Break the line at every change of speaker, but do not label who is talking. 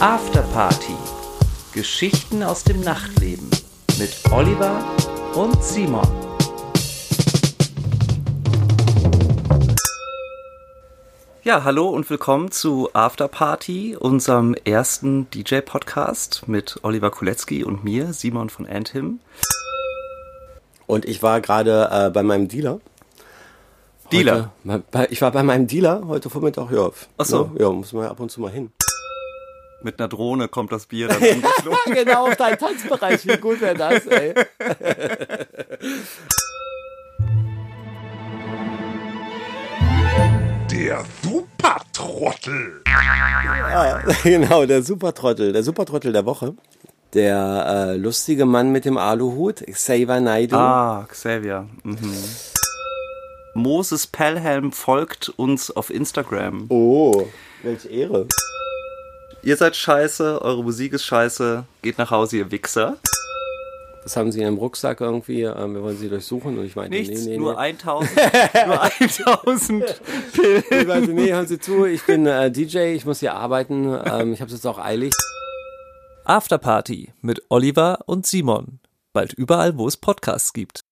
Afterparty. Geschichten aus dem Nachtleben mit Oliver und Simon. Ja, hallo und willkommen zu Afterparty, unserem ersten DJ-Podcast mit Oliver Kulecki und mir, Simon von Anthem.
Und ich war gerade äh, bei meinem Dealer.
Dealer?
Heute, bei, ich war bei meinem Dealer heute Vormittag. Ja,
Ach so.
Ja, ja, muss man ja ab und zu mal hin.
Mit einer Drohne kommt das Bier dann angeflogen.
genau, auf deinen Tanzbereich. Wie gut wäre das, ey?
Der Supertrottel.
Ja, genau, der Supertrottel. Der Supertrottel der Woche. Der äh, lustige Mann mit dem Aluhut, Xavier Naidoo.
Ah, Xavier. Mhm. Moses Pelham folgt uns auf Instagram.
Oh, welche Ehre.
Ihr seid scheiße, eure Musik ist scheiße, geht nach Hause, ihr Wichser.
Das haben sie in ihrem Rucksack irgendwie. Ähm, wir wollen sie durchsuchen. Und ich meinte,
Nichts,
nee, nee,
nur
nee.
1000. nur 1000.
Ich meinte, nee, hören Sie zu, ich bin äh, DJ, ich muss hier arbeiten. Ähm, ich habe jetzt auch eilig.
Afterparty mit Oliver und Simon. Bald überall, wo es Podcasts gibt.